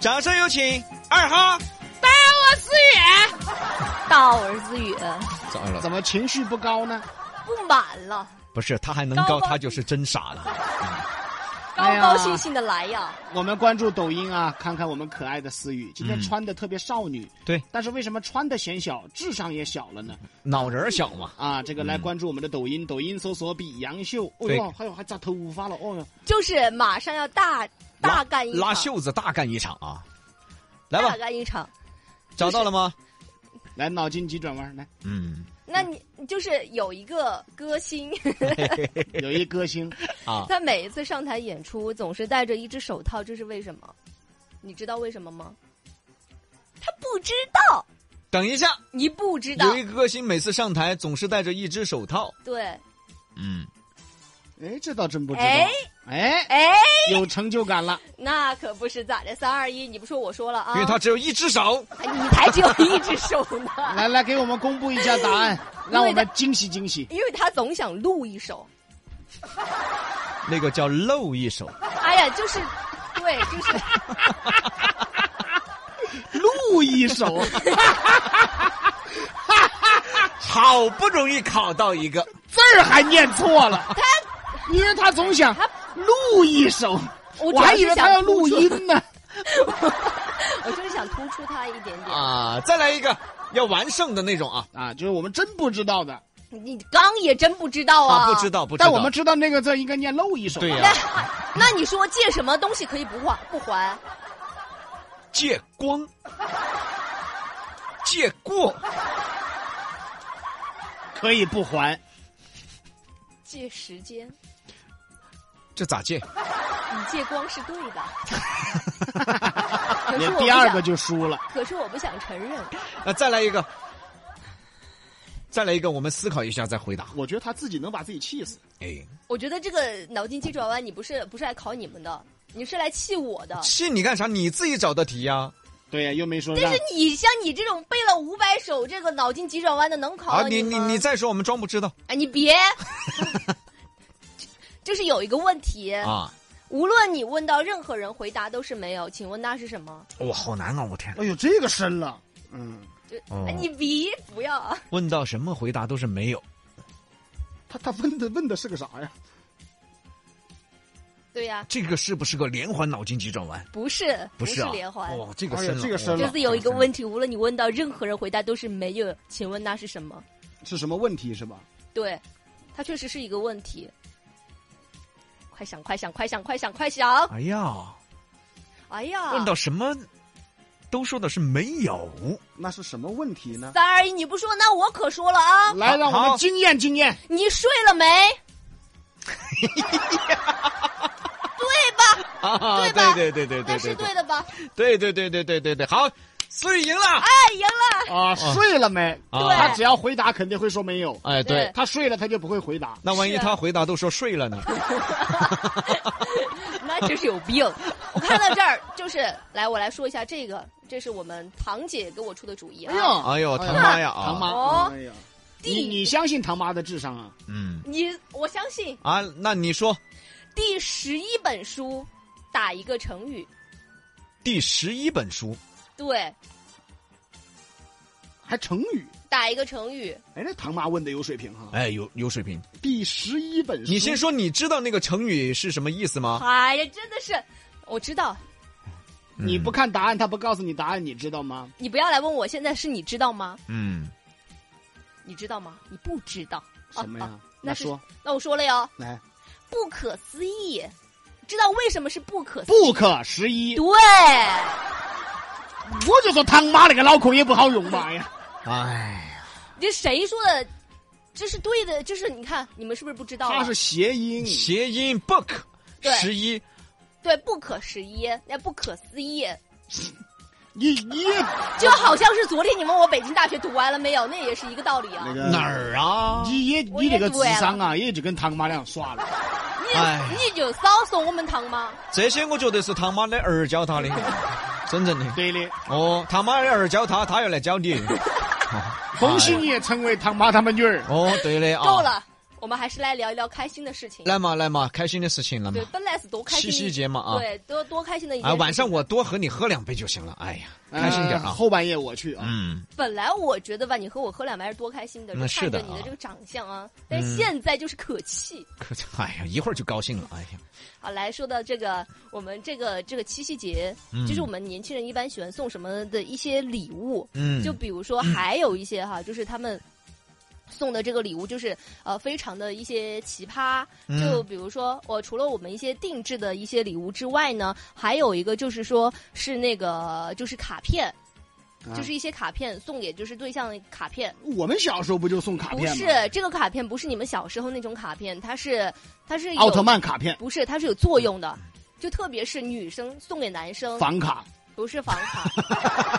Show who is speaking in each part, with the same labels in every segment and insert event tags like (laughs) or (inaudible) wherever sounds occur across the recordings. Speaker 1: 掌声有请二哈。
Speaker 2: 当我思雨，
Speaker 3: 大儿子远
Speaker 1: 咋了？
Speaker 4: 怎么情绪不高呢？
Speaker 3: 不满了，
Speaker 1: 不是他还能
Speaker 3: 高
Speaker 1: 高，
Speaker 3: 光
Speaker 1: 他就是真傻了。
Speaker 3: 高
Speaker 4: 哎呀
Speaker 3: 高兴兴的来呀！
Speaker 4: 我们关注抖音啊，看看我们可爱的思雨，今天穿的特别少女，
Speaker 1: 对，
Speaker 4: 但是为什么穿的显小，智商也小了呢？
Speaker 1: 脑仁儿小嘛。
Speaker 4: 啊，这个来关注我们的抖音，抖音搜索“比杨秀”，哦
Speaker 1: 对
Speaker 4: 哟，还有还扎头发了，哦哟，
Speaker 3: 就是马上要大大
Speaker 1: 拉
Speaker 3: 干一场，
Speaker 1: 拉袖子大干一场啊！来吧
Speaker 3: 大，干一场。
Speaker 1: 找到了吗？
Speaker 4: 来脑筋急转弯，来，
Speaker 1: 嗯，
Speaker 3: 那你就是有一个歌星， (laughs)
Speaker 4: 有一歌星，
Speaker 1: 啊，
Speaker 3: 他每一次上台演出总是戴着一只手套，这是为什么？你知道为什么吗？他不知道，
Speaker 1: 等一下，
Speaker 3: 你不知道
Speaker 1: 有，一个歌星每次上台总是戴着一只手套。
Speaker 3: 对，
Speaker 1: 嗯，
Speaker 4: 哎，这倒真不知道，
Speaker 3: 哎
Speaker 4: 哎，
Speaker 3: 哎，
Speaker 4: 有成就感了，
Speaker 3: 那可不是咋的？三二一，你不说我说了啊？
Speaker 1: 嗯因为他只有一只手。
Speaker 3: 哎你才只有一只手呢，
Speaker 4: 来来，给我们公布一下答案，让我们惊喜惊喜。
Speaker 3: 因为他总想露一手。
Speaker 1: 那个叫露一手，
Speaker 3: 哎呀，就是，对，就是。
Speaker 4: 录一首，
Speaker 1: 好不容易考到一个，
Speaker 4: 字儿还念错了，因为他总想录一首，
Speaker 3: 我主
Speaker 4: 我
Speaker 3: 要
Speaker 4: 还
Speaker 3: 是
Speaker 4: 以为
Speaker 3: 想
Speaker 4: 他要
Speaker 3: 突
Speaker 4: 录
Speaker 3: 出，
Speaker 4: 音呢。
Speaker 3: 我就是想突出他一点点。
Speaker 1: 啊，再来一个要完胜的那种啊
Speaker 4: 啊，就是我们真不知道的，
Speaker 3: 你刚也真不知道啊，
Speaker 1: 不知。道不知道，
Speaker 4: 但我们知道那个字应该念漏一首。
Speaker 1: 对呀、
Speaker 3: 那那你说借什么东西可以不还不还？
Speaker 1: 借光，借过，
Speaker 4: 可以不还。
Speaker 3: 借时间，
Speaker 1: 这咋借？
Speaker 3: 你借光是对的。
Speaker 1: (laughs)
Speaker 3: 可是
Speaker 4: 连
Speaker 3: 我不
Speaker 4: 第二
Speaker 3: 想
Speaker 4: 个，就输了。
Speaker 3: 可是我不想承认。
Speaker 1: 那再来一个，再来一个，我们思考一下再回答。
Speaker 4: 我觉得他自己能把自己气死。
Speaker 1: 哎，
Speaker 3: 我觉得这个脑筋急转弯，你不是不是来考你们的，你是来气我的。
Speaker 1: 气你干啥？你自己找的题呀、
Speaker 4: 对呀、又没说
Speaker 3: 但
Speaker 4: 让
Speaker 3: 是。你像你这种背了五百首这个脑筋急转弯的，能考
Speaker 1: 啊，
Speaker 3: 到
Speaker 1: 你
Speaker 3: 吗？
Speaker 1: 你你再说，我们装不知道
Speaker 3: 哎，
Speaker 1: (laughs)
Speaker 3: 你别，就就是有一个问题，
Speaker 1: 啊！
Speaker 3: 无论你问到任何人，回答都是没有。请问那是什么？
Speaker 1: 哇，好难啊！我天，
Speaker 4: 哎呦，这个深了。嗯，
Speaker 3: 就、
Speaker 1: 哦
Speaker 3: 哎你别不要啊！
Speaker 1: 问到什么回答都是没有。
Speaker 4: 他他问的问的是个啥呀？
Speaker 3: 对呀、
Speaker 1: 这个是不是个连环脑筋急转弯？
Speaker 3: 不是，
Speaker 1: 不
Speaker 3: 是,、
Speaker 1: 啊，哦
Speaker 3: 连环。
Speaker 1: 哇，这个
Speaker 4: 哎呀
Speaker 1: 深了，
Speaker 4: 这个深了
Speaker 3: 就是有一个问题，无论你问到任何人，回答都是没有。请问那是什么？
Speaker 4: 是什么问题是吧？
Speaker 3: 对，它确实是一个问题。快想，快想，快想，快想，快想！
Speaker 1: 哎呀，
Speaker 3: 哎呀，
Speaker 1: 问到什么都说的是没有。
Speaker 4: 那是什么问题呢？
Speaker 3: 三二一，你不说，那我可说了啊！
Speaker 4: 来，让我
Speaker 1: 好
Speaker 4: 们经验
Speaker 3: (laughs)
Speaker 4: 经验。
Speaker 3: 你睡
Speaker 1: (laughs)
Speaker 3: 了没？对吧？
Speaker 1: 啊，
Speaker 3: 对吧
Speaker 1: 对对对
Speaker 3: 那
Speaker 1: 对
Speaker 3: 是
Speaker 1: 对
Speaker 3: 对的吧？
Speaker 1: 对对对对对对对，好，思雨赢了。
Speaker 3: 哎，赢了！
Speaker 4: 啊，睡了没？
Speaker 3: 对
Speaker 4: 他只要回答肯定会说没有。
Speaker 1: 哎，对
Speaker 3: 对，
Speaker 4: 他睡了他就不会回答。
Speaker 1: 那万一
Speaker 3: 是啊
Speaker 1: 他回答都说睡了呢？
Speaker 3: 那真是有病！我看到这儿， (laughs) 就是来，我来说一下这个，这是我们堂姐给我出的主意啊。
Speaker 4: 哎呦，
Speaker 1: 哎呦，
Speaker 4: 哎
Speaker 1: 他
Speaker 4: 呀
Speaker 1: 妈呀啊！
Speaker 4: 唐妈，
Speaker 3: 哦
Speaker 4: 哎呀，
Speaker 3: 第
Speaker 4: 你你相信唐妈的智商啊？
Speaker 1: 嗯
Speaker 3: 你我相信
Speaker 1: 啊，那你说
Speaker 3: 第十一本书打一个成语，
Speaker 1: 第十一本书
Speaker 3: 对，
Speaker 4: 还成语？
Speaker 3: 打一个成语，
Speaker 4: 哎，那唐妈问的有水平哈。
Speaker 1: 哎，有有水平。
Speaker 4: 第十一本书，
Speaker 1: 你先说，你知道那个成语是什么意思吗？
Speaker 3: 哎呀，真的是，我知道，
Speaker 4: 嗯你不看答案，他不告诉你答案，你知道吗？
Speaker 3: 你不要来问我现在是你知道吗？
Speaker 1: 嗯，
Speaker 3: 你知道吗？你不知道啊
Speaker 4: 什么呀？
Speaker 3: 哦那是
Speaker 4: 说
Speaker 3: 那我说了哟，
Speaker 4: 来，
Speaker 3: 不可思议，知道为什么是不可思议？
Speaker 4: 不可十一。
Speaker 3: 对，
Speaker 4: 我就说汤妈那个脑壳也不好用嘛哎呀！
Speaker 1: 哎，
Speaker 3: 这谁说的？这是对的，就是你看，你们是不是不知道啊？
Speaker 4: 它是谐音，
Speaker 1: 谐音 book
Speaker 3: 对
Speaker 1: 十一，
Speaker 3: 对，不可思议，那不可思议，
Speaker 4: 你你
Speaker 1: 啊
Speaker 3: 就好像是昨天你问我北京大学读完了没有，那也是一个道理啊。
Speaker 4: 那个
Speaker 1: 哪？儿啊？
Speaker 4: 你也
Speaker 3: 我
Speaker 4: 你
Speaker 3: 也
Speaker 4: 这个智商啊，也就跟汤妈那样耍了。
Speaker 1: 哎
Speaker 3: 你你就少送我们堂吗？
Speaker 1: 这些我觉得是他妈的儿教他的，真正的。
Speaker 4: 对的，
Speaker 1: 哦，他妈的儿教他，他又来教你。哎
Speaker 4: 恭喜你也成为汤妈他们女儿。
Speaker 1: 哦，对的啊。
Speaker 3: 够了，我们还是来聊一聊开心的事情。
Speaker 1: 来嘛来嘛，开心的事情了嘛
Speaker 3: 对，，本来是多开心，
Speaker 1: 七夕节嘛啊，
Speaker 3: 对，多多开心的一件
Speaker 1: 啊，
Speaker 3: 事情。
Speaker 1: 晚上我多和你喝两杯就行了。哎呀，开心点
Speaker 4: 呃
Speaker 1: 啊，
Speaker 4: 后半夜我去啊，
Speaker 1: 嗯，
Speaker 3: 本来我觉得吧，你和我喝两杯是多开心的，
Speaker 1: 那
Speaker 3: 就是看
Speaker 1: 的
Speaker 3: 着
Speaker 1: 啊嗯
Speaker 3: 你的这个长相啊，但是现在就是可气。
Speaker 1: 可 (laughs) 哎呀，一会儿就高兴了。哎呀，
Speaker 3: 好，来说到这个，我们这个这个七夕节，
Speaker 1: 嗯
Speaker 3: 就是我们年轻人一般喜欢送什么的一些礼物，
Speaker 1: 嗯，
Speaker 3: 就比如说还有一些哈，就是他们。送的这个礼物就是呃，非常的一些奇葩，
Speaker 1: 嗯
Speaker 3: 就比如说我、除了我们一些定制的一些礼物之外呢，还有一个就是说是那个就是卡片，
Speaker 1: 嗯
Speaker 4: 啊
Speaker 3: 就是一些卡片送给就是对象的卡片，
Speaker 4: 我们小时候不就送卡
Speaker 3: 不
Speaker 4: 片吗？
Speaker 3: 是这个卡片不是你们小时候那种卡片，它是它是有
Speaker 4: 奥特曼嗯卡片、
Speaker 3: 不是它是有作用的，就特别是女生送给男生，
Speaker 4: 房卡
Speaker 3: 不是房卡，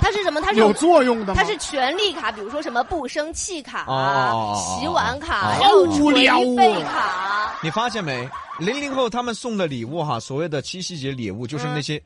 Speaker 3: 它是什么？它是
Speaker 4: 有作用的吗？
Speaker 3: 它
Speaker 4: (laughs)
Speaker 3: 是权利卡，比如说什么不生气卡、
Speaker 1: 哦
Speaker 3: 洗碗卡、
Speaker 1: 哦
Speaker 3: 还有
Speaker 4: 好无聊
Speaker 3: 捶
Speaker 4: 哦
Speaker 3: 背卡，
Speaker 1: 你发现没？零零后他们送的礼物哈，所谓的七夕节礼物，就是那些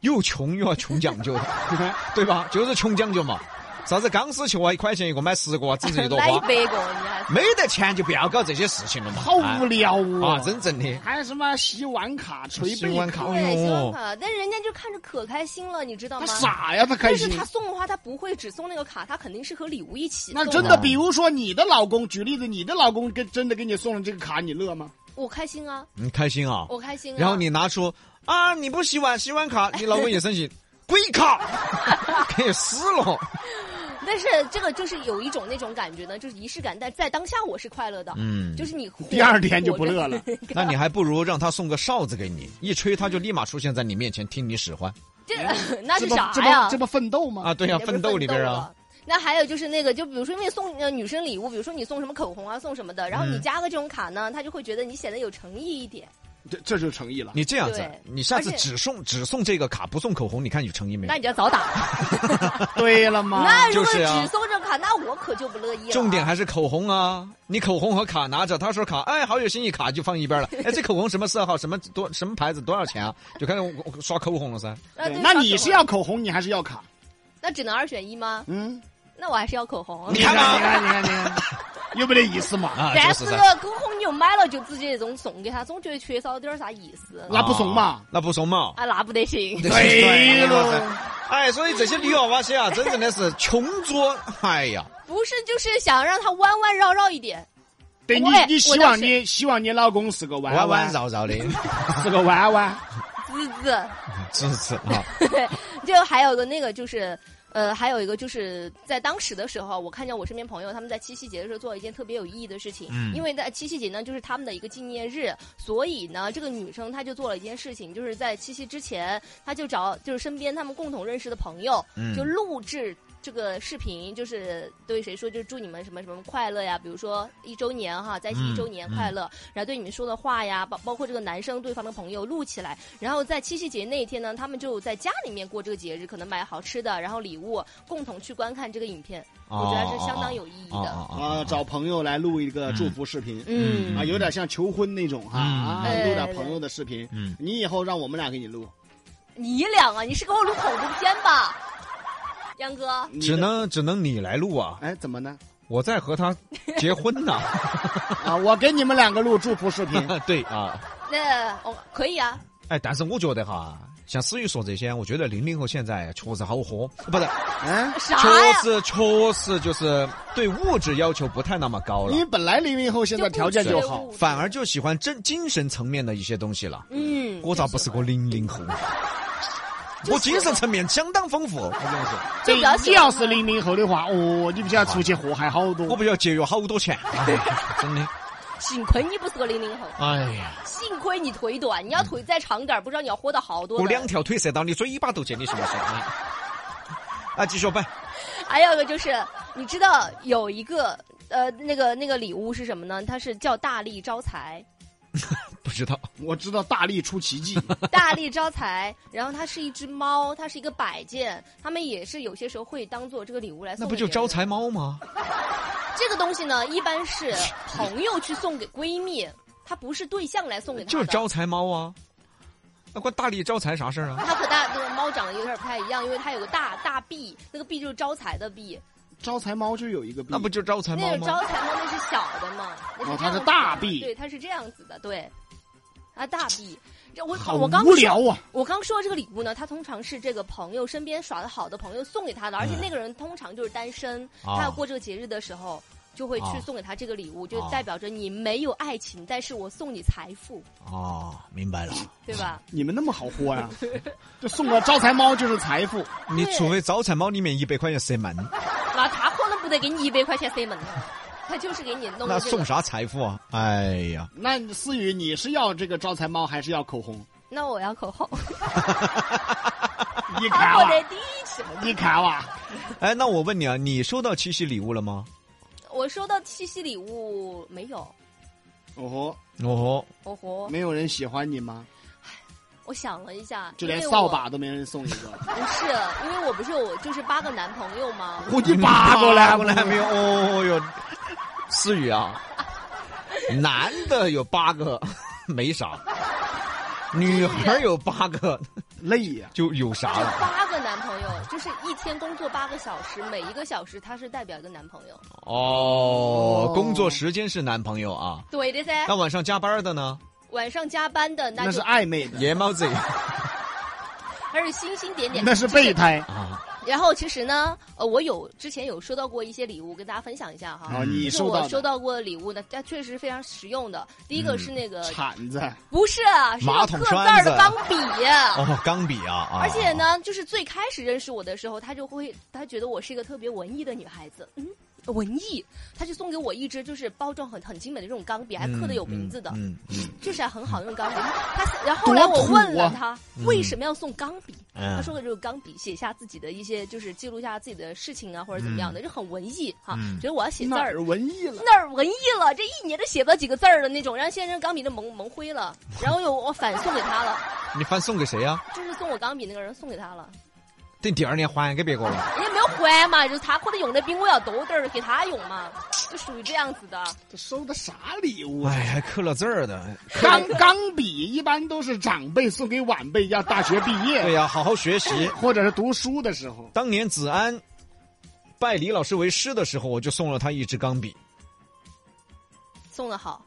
Speaker 1: 又穷又要穷讲究的， (laughs) 对吧？就是穷讲究嘛。啥子钢丝球啊，一块钱一个，买十个啊，只是 (laughs) 一朵
Speaker 3: 买一
Speaker 1: 花。
Speaker 3: 百个，你还
Speaker 1: 没得钱就不要搞这些事情了嘛。
Speaker 4: 好无聊
Speaker 1: 哎
Speaker 4: 哦
Speaker 1: 啊！真正的，
Speaker 4: 还有什么洗碗卡、捶
Speaker 1: 洗
Speaker 4: 背
Speaker 1: 碗卡哎
Speaker 3: 对
Speaker 1: 呦
Speaker 3: 洗碗卡，但人家就看着可开心了，你知道
Speaker 4: 他
Speaker 3: 吗？
Speaker 4: 傻呀，他开
Speaker 3: 但是
Speaker 4: 心。
Speaker 3: 他送的话，他不会只送那个卡，他肯定是和礼物一起送。
Speaker 4: 那真的，
Speaker 1: 嗯
Speaker 4: 比如说你的老公，举例子，你的老公跟真的给你送了这个卡，你乐
Speaker 1: (laughs)
Speaker 4: 吗？
Speaker 3: 我开心啊，
Speaker 1: 你开心啊。
Speaker 3: 我开心、啊。
Speaker 1: 然后你拿出啊，你不洗碗，洗碗卡，你老公也生 (laughs) 气，龟卡，给撕了。
Speaker 3: 但是这个就是有一种那种感觉呢，就是仪式感，但在当下我是快乐的，
Speaker 1: 嗯
Speaker 3: 就是你活
Speaker 4: 第二天就不乐了。
Speaker 1: 那你还不如让他送个哨子给
Speaker 3: (laughs)
Speaker 1: 你，一吹他就立马出现在你面前听你使唤
Speaker 3: 这那是
Speaker 4: 这不
Speaker 3: 啥
Speaker 4: 这
Speaker 3: 呀
Speaker 4: 不这？不奋斗吗？
Speaker 1: 啊！对呀、
Speaker 3: 哦那不是
Speaker 1: 奋斗里边啊，
Speaker 3: 了。那还有就是那个，就比如说，因为送呃女生礼物，比如说你送什么口红啊，送什么的，然后你
Speaker 1: 嗯
Speaker 3: 加个这种卡呢，他就会觉得你显得有诚意一点。
Speaker 4: 这这就诚意了。
Speaker 1: 你这样子
Speaker 3: 对，
Speaker 1: 你下次
Speaker 3: 而且
Speaker 1: 只送只送这个卡，不送口红，你看有诚意没有
Speaker 3: 那？你就要早打。
Speaker 4: 对
Speaker 3: (laughs)
Speaker 4: 了吗？
Speaker 3: 那如
Speaker 1: 就
Speaker 3: 果
Speaker 1: 是啊
Speaker 3: 只送这卡，那我可就不乐意了。
Speaker 1: 重点还是口红啊！你口红和卡拿着，他说卡，哎，好有新意，卡就放一边
Speaker 3: (laughs)
Speaker 1: 了。哎，这口红什么色号？什么多什么牌子？多少钱啊？就开始我我刷口红了
Speaker 3: (laughs)
Speaker 1: 噻。
Speaker 3: 啊，
Speaker 4: 对
Speaker 3: 对
Speaker 4: 那
Speaker 3: 刷
Speaker 4: 你
Speaker 3: 口
Speaker 4: 是
Speaker 3: 红
Speaker 4: 要口红，你还是要卡？
Speaker 3: 那只能二选一吗？
Speaker 4: 嗯，
Speaker 3: 那我还是要口红。
Speaker 1: 你看吧
Speaker 4: 你看，你看，你看，有没得意思嘛？
Speaker 1: 啊，
Speaker 3: 但
Speaker 1: 就是是
Speaker 3: 这
Speaker 1: 噻。
Speaker 3: 个口红你又买了，就直接这种送给他，总觉得缺少点儿啥意思。
Speaker 4: 那不送嘛
Speaker 1: 啊？那不送
Speaker 3: (laughs)
Speaker 1: 嘛？
Speaker 3: 啊，那不得行。
Speaker 4: 对喽。
Speaker 1: 哎，所以这些女娃娃些啊，真正的是穷作，哎呀，
Speaker 3: 不是，就是想让他弯弯绕绕一点。
Speaker 4: 对你
Speaker 3: 我也，
Speaker 4: 你希
Speaker 3: 我
Speaker 4: 望
Speaker 3: 倒
Speaker 4: 你希望你老公是个弯
Speaker 1: 弯弯
Speaker 4: 弯，
Speaker 1: 绕绕的， (laughs)
Speaker 4: 是个弯弯。
Speaker 3: 滋滋，
Speaker 1: 是不是啊？
Speaker 3: 就还有一个那个就是。呃，还有一个就是在当时的时候，我看见我身边朋友他们在七夕节的时候做了一件特别有意义的事情，
Speaker 1: 嗯
Speaker 3: 因为在七夕节呢就是他们的一个纪念日，所以呢这个女生她就做了一件事情，就是在七夕之前，她就找就是身边他们共同认识的朋友，
Speaker 1: 嗯
Speaker 3: 就录制这个视频，就是对谁说，就是祝你们什么什么快乐呀，比如说一周年哈，在一
Speaker 4: 嗯
Speaker 3: 起一周年快乐，然后对你们说的话呀，包包括这个男生对方的朋友录起来，然后在七夕节那一天呢，他们就在家里面过这个节日，可能买好吃的，然后礼物，共同去观看这个影片，我
Speaker 4: 哦
Speaker 3: 觉得还是相当有意义
Speaker 1: 哦
Speaker 3: 的。
Speaker 1: 哦哦
Speaker 4: 啊，找朋友来录一个祝福视频，
Speaker 1: 嗯
Speaker 4: 啊，有点像求婚那种哈，
Speaker 1: 嗯
Speaker 4: 啊，
Speaker 3: 嗯
Speaker 4: 录点朋友的视频。
Speaker 1: 嗯
Speaker 4: 你以后让我们俩给你录，
Speaker 3: 你俩啊，你是给我录恐怖片吧，杨哥？
Speaker 4: 你的
Speaker 1: 只能只能你来录
Speaker 4: (laughs)
Speaker 1: 啊！
Speaker 4: 哎怎么呢？
Speaker 1: 我在和他结婚
Speaker 4: (laughs)
Speaker 1: 呢。
Speaker 4: 啊，我给你们两个录祝福视频，
Speaker 1: (laughs) 对啊，
Speaker 3: 那我、哦、可以啊，
Speaker 1: 哎，但是我觉得哈，像思雨说这些，我觉得零零后现在确实好喝，
Speaker 3: (laughs)
Speaker 1: 不是，
Speaker 3: 哎
Speaker 4: 嗯。
Speaker 3: 啥
Speaker 1: 确
Speaker 3: 呀？
Speaker 1: 实确实就是对物质要求不太那么高了
Speaker 3: 嗯
Speaker 4: 你，本来零零后现在条件就好
Speaker 3: 不，缺物质
Speaker 1: 反而就喜欢真精神层面的一些东西了。
Speaker 3: 嗯，
Speaker 1: 我咋不是个零零后？ (laughs) 我精神层面相当丰富，
Speaker 4: 真的是
Speaker 3: 就比较喜
Speaker 4: 对
Speaker 3: 欢
Speaker 4: 你要是零零后的话，哦，你比现在出去祸害好
Speaker 1: 我
Speaker 4: 多。
Speaker 1: 不要节约好多钱，
Speaker 3: (laughs)
Speaker 1: 哎呀真的，
Speaker 3: 幸亏你不是个零零后。
Speaker 1: 哎呀，
Speaker 3: 幸亏你腿短，你要腿再长点儿，不知道你要活到好多
Speaker 1: 我两
Speaker 3: 人。
Speaker 1: 条腿射到你嘴巴都见，你信不信？哎
Speaker 3: (laughs)
Speaker 1: 啊，继续摆，
Speaker 3: 还有一个哎就是，你知道有一个呃，那个那个礼物是什么呢？它是叫大力招
Speaker 1: (laughs)
Speaker 3: 财，
Speaker 1: 不知道，
Speaker 4: 我知道大力出
Speaker 1: (laughs)
Speaker 4: 奇迹，
Speaker 3: 大力招财。然后它是一只猫，它是一个摆件，他们也是有些时候会当做这个礼物来送。
Speaker 1: 那不就招？财猫吗？
Speaker 3: 这个东西呢，一般是朋友去送给闺蜜，它不是对象来送给她的。
Speaker 1: 就是招财猫啊，那关大力招财啥事儿啊？
Speaker 3: 它和大那个猫长得有点不太一样，因为它有个大大臂，那个臂就是招财的臂。
Speaker 4: 招财猫就有一个币，
Speaker 1: 那不就招财
Speaker 3: 那
Speaker 1: 猫
Speaker 3: 个招
Speaker 1: 吗？
Speaker 3: 财猫那是小的嘛，那是
Speaker 4: 哦
Speaker 3: 这
Speaker 4: 它
Speaker 3: 样
Speaker 4: 是
Speaker 3: 子的
Speaker 4: 大臂
Speaker 3: 对，它是这样子的，对，啊大臂。这我
Speaker 4: 好
Speaker 3: 我刚
Speaker 4: 无
Speaker 3: 说
Speaker 4: 聊啊！
Speaker 3: 我刚说这个礼物呢，它通常是这个朋友身边耍的好的朋友送给他的，而且
Speaker 4: 嗯
Speaker 3: 那个人通常就是单身，
Speaker 4: 哦
Speaker 1: 啊
Speaker 3: 他要过这个节日的时候。就会去
Speaker 1: 啊
Speaker 3: 送给他这个礼物，就
Speaker 1: 啊
Speaker 4: 哦
Speaker 3: 代表着你没有爱情，但是我送你财富，
Speaker 1: 哦，明白了。
Speaker 3: 对吧？
Speaker 4: 你们那么好
Speaker 1: (laughs)
Speaker 4: 豁呀、就送个招财猫就是财富，
Speaker 1: 你
Speaker 3: 对
Speaker 1: 除非招财猫里面一百块钱塞满，
Speaker 3: 那他可能不得给你一百块钱塞门，他就是给你弄
Speaker 1: 那
Speaker 3: 的这
Speaker 1: 送
Speaker 3: 个。
Speaker 1: 啥财富啊？哎呀，
Speaker 4: 那思雨你是要这个招财猫还是要口红？
Speaker 3: 那我要口红，
Speaker 1: (laughs)
Speaker 4: 你
Speaker 3: 啊
Speaker 4: 看
Speaker 3: 我
Speaker 4: 哇，
Speaker 3: 得第一次。
Speaker 4: 你看哇，
Speaker 1: 哎，那我问你啊，你收到七夕礼物了吗？
Speaker 3: 我收到七夕礼物没有？
Speaker 4: 哦吼，
Speaker 1: 哦，
Speaker 3: 哦豁，
Speaker 4: 没有人喜欢你吗？
Speaker 3: 我想了一下，
Speaker 4: 就连
Speaker 3: 因为我
Speaker 4: 扫把都没人送一个，
Speaker 3: 不是，因为我不是有就是八个男朋友吗？
Speaker 4: 我你扒过来
Speaker 1: 过来没有？哦哟，思雨啊，男的有八个， (laughs) 没啥。女孩儿有八个 (laughs)
Speaker 4: 累呀、
Speaker 1: 就有啥
Speaker 3: 这
Speaker 1: 了
Speaker 3: 八个男朋友，就是一天工作八个小时，每一个小时他是代表一个男朋友。
Speaker 1: 哦
Speaker 4: 哦。
Speaker 1: 工作时间是男朋友啊，
Speaker 3: 对的噻
Speaker 1: 那，晚上加班的呢？
Speaker 3: 晚上加班的那
Speaker 4: 那是
Speaker 3: 就
Speaker 4: 暧昧的，
Speaker 1: 夜猫子
Speaker 3: 还是星星点点，
Speaker 4: 那是备。胎。
Speaker 1: 啊，
Speaker 3: 然后其实呢，呃，我有之前有收到过一些礼物，跟大家分享一下哈。
Speaker 4: 哦，你
Speaker 3: 是
Speaker 4: 收到
Speaker 3: 我收
Speaker 4: 的嗯
Speaker 3: 到过的礼物呢，它确实是非常实用的。第一个是那个，
Speaker 4: 铲子，
Speaker 3: 不是啊，是
Speaker 1: 马
Speaker 3: 那
Speaker 1: 桶
Speaker 3: 个刻字
Speaker 1: 栓
Speaker 3: 儿
Speaker 1: 子
Speaker 3: 的钢笔。
Speaker 1: 哦，钢笔啊啊！
Speaker 3: 而且，呢，就是最开始认识我的时候，他就会他觉得我是一个特别文艺的女孩子，嗯，文艺，他就送给我一支就是包装很很精美的这种钢笔，还刻的有名字的，
Speaker 1: 嗯嗯
Speaker 3: 就是还很好用
Speaker 1: (laughs)
Speaker 3: 钢笔。他然后后来我问了他、
Speaker 1: 嗯
Speaker 3: 为什么要送钢笔，
Speaker 1: 嗯
Speaker 3: 他说的就是钢笔写下自己的一些就是记录下自己的事情啊或者怎么样的，就很文艺哈、
Speaker 1: 嗯
Speaker 3: 觉得我要写字
Speaker 4: 哪
Speaker 3: 儿
Speaker 4: 儿。文艺了？
Speaker 3: 那儿文艺了，这一年都写不了几个字儿的那种，然后现在这钢笔都蒙蒙灰了，然后又我反送给他了，
Speaker 1: 你反送给谁啊呀、
Speaker 3: 就是送我钢笔那个人送给他了。
Speaker 1: 等第二年还给别个了。
Speaker 3: 人家没有还嘛，就是他可能用的比我要多点儿，给他用嘛，就属于这样子的。
Speaker 4: 这收的啥礼物啊？
Speaker 1: 哎，还刻了字儿的。
Speaker 4: 钢钢笔一般都是长辈送给晚辈，要大学毕
Speaker 1: 对
Speaker 4: 业
Speaker 1: 呀、好好学习。
Speaker 4: 或者是读书的
Speaker 1: (laughs)
Speaker 4: 时候。
Speaker 1: 当年子安拜李老师为师的时候，我就送了他一支钢笔。
Speaker 3: 送的好，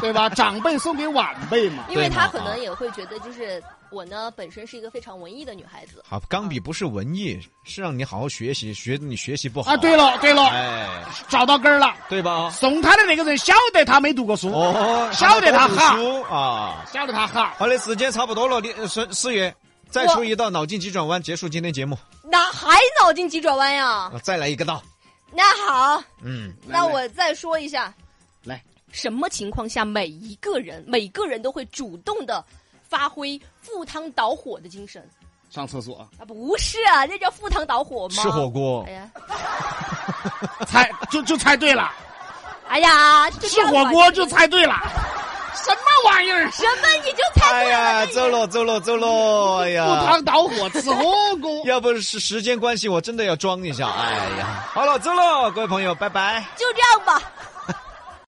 Speaker 4: 对吧？长辈送给晚辈嘛，
Speaker 3: 因为他
Speaker 1: 对
Speaker 3: 可
Speaker 1: 嘛啊
Speaker 3: 能也会觉得，就是我呢本身是一个非常文艺的女孩子，
Speaker 1: 好，钢
Speaker 4: 啊
Speaker 1: 笔不是文艺，是让你好好学习，学你学习不好
Speaker 4: 啊，对，了对了，
Speaker 1: 哦哎，
Speaker 4: 找到根儿了。
Speaker 1: 对吧？
Speaker 4: 送他的那个人晓得他没读过书，
Speaker 1: 哦，
Speaker 4: 晓得他哈
Speaker 1: 读书啊。
Speaker 4: 晓得他哈。
Speaker 1: 好的，时间差不多了，你呃孙思雨。再出一道脑筋急转弯，结束今天节目。
Speaker 3: 哪还脑筋急转弯呀？
Speaker 1: 啊再来一个道，
Speaker 3: 那好，
Speaker 1: 嗯，
Speaker 4: 来
Speaker 3: 那我再说一下，
Speaker 4: 来，
Speaker 3: 什么情况下每一个人每个人都会主动的发挥赴汤蹈火的精神
Speaker 4: 上厕所，
Speaker 3: 啊？不是啊，那叫赴汤蹈火吗？
Speaker 1: 吃火。锅
Speaker 3: 哎，呀，
Speaker 4: 猜就就猜对 (laughs) 了，
Speaker 3: 哎呀，这
Speaker 4: 吃
Speaker 3: 样
Speaker 4: 火
Speaker 3: 吧
Speaker 4: 锅就猜对了， (laughs) 什么玩意儿？
Speaker 3: 什么你就猜
Speaker 1: 哎
Speaker 3: 对了。
Speaker 1: 呀，
Speaker 3: 那你
Speaker 1: 走了走了走了，哎
Speaker 4: 赴
Speaker 1: 呀，
Speaker 4: 汤蹈火吃火锅。
Speaker 1: 要不是时间关系，我真的要装一下。哎呀，好了，走了，各位朋友，拜拜。
Speaker 3: 就这样吧。